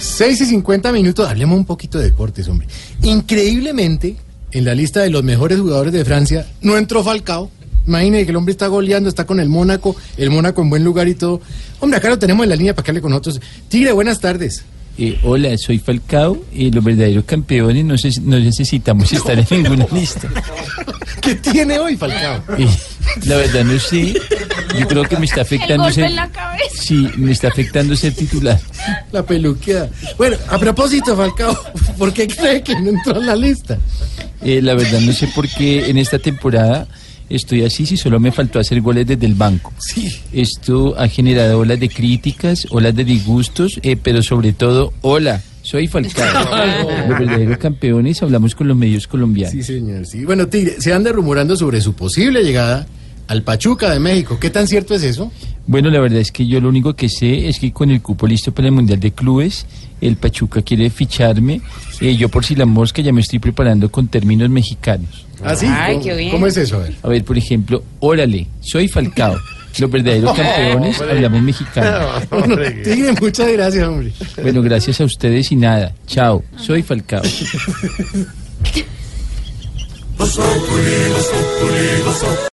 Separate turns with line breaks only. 6 y 50 minutos, hablemos un poquito de deportes, hombre. Increíblemente, en la lista de los mejores jugadores de Francia, no entró Falcao. Imagínense que el hombre está goleando, está con el Mónaco, el Mónaco en buen lugar y todo. Hombre, acá lo tenemos en la línea para que hable con nosotros. Tigre, buenas tardes.
Eh, hola, soy Falcao y los verdaderos campeones no, se- no necesitamos estar en ninguna lista.
¿Qué tiene hoy Falcao?
Eh, la verdad no sé, yo creo que me está
El
afectando
golpe
ser,
en la cabeza.
sí, me está afectando ser titular.
La peluqueada. Bueno, a propósito, Falcao, ¿por qué cree que no entró en la lista?
Eh, la verdad no sé por qué en esta temporada estoy así si solo me faltó hacer goles desde el banco.
Sí.
Esto ha generado olas de críticas, olas de disgustos, eh, pero sobre todo, hola, soy Falcao. Los verdaderos campeones hablamos con los medios colombianos.
Sí, señor. Sí. Bueno, Tigre, se anda rumorando sobre su posible llegada al Pachuca de México. ¿Qué tan cierto es eso?
Bueno, la verdad es que yo lo único que sé es que con el cupo listo para el Mundial de Clubes, el Pachuca quiere ficharme. eh, yo por si la mosca ya me estoy preparando con términos mexicanos.
¿Ah, sí?
Ay,
¿Cómo,
qué bien.
¿Cómo es eso? A ver.
A ver, por ejemplo, órale, soy Falcao. Los verdaderos campeones hablamos mexicano.
Bueno, Tigre, muchas gracias, hombre.
Bueno, gracias a ustedes y nada. Chao, soy Falcao.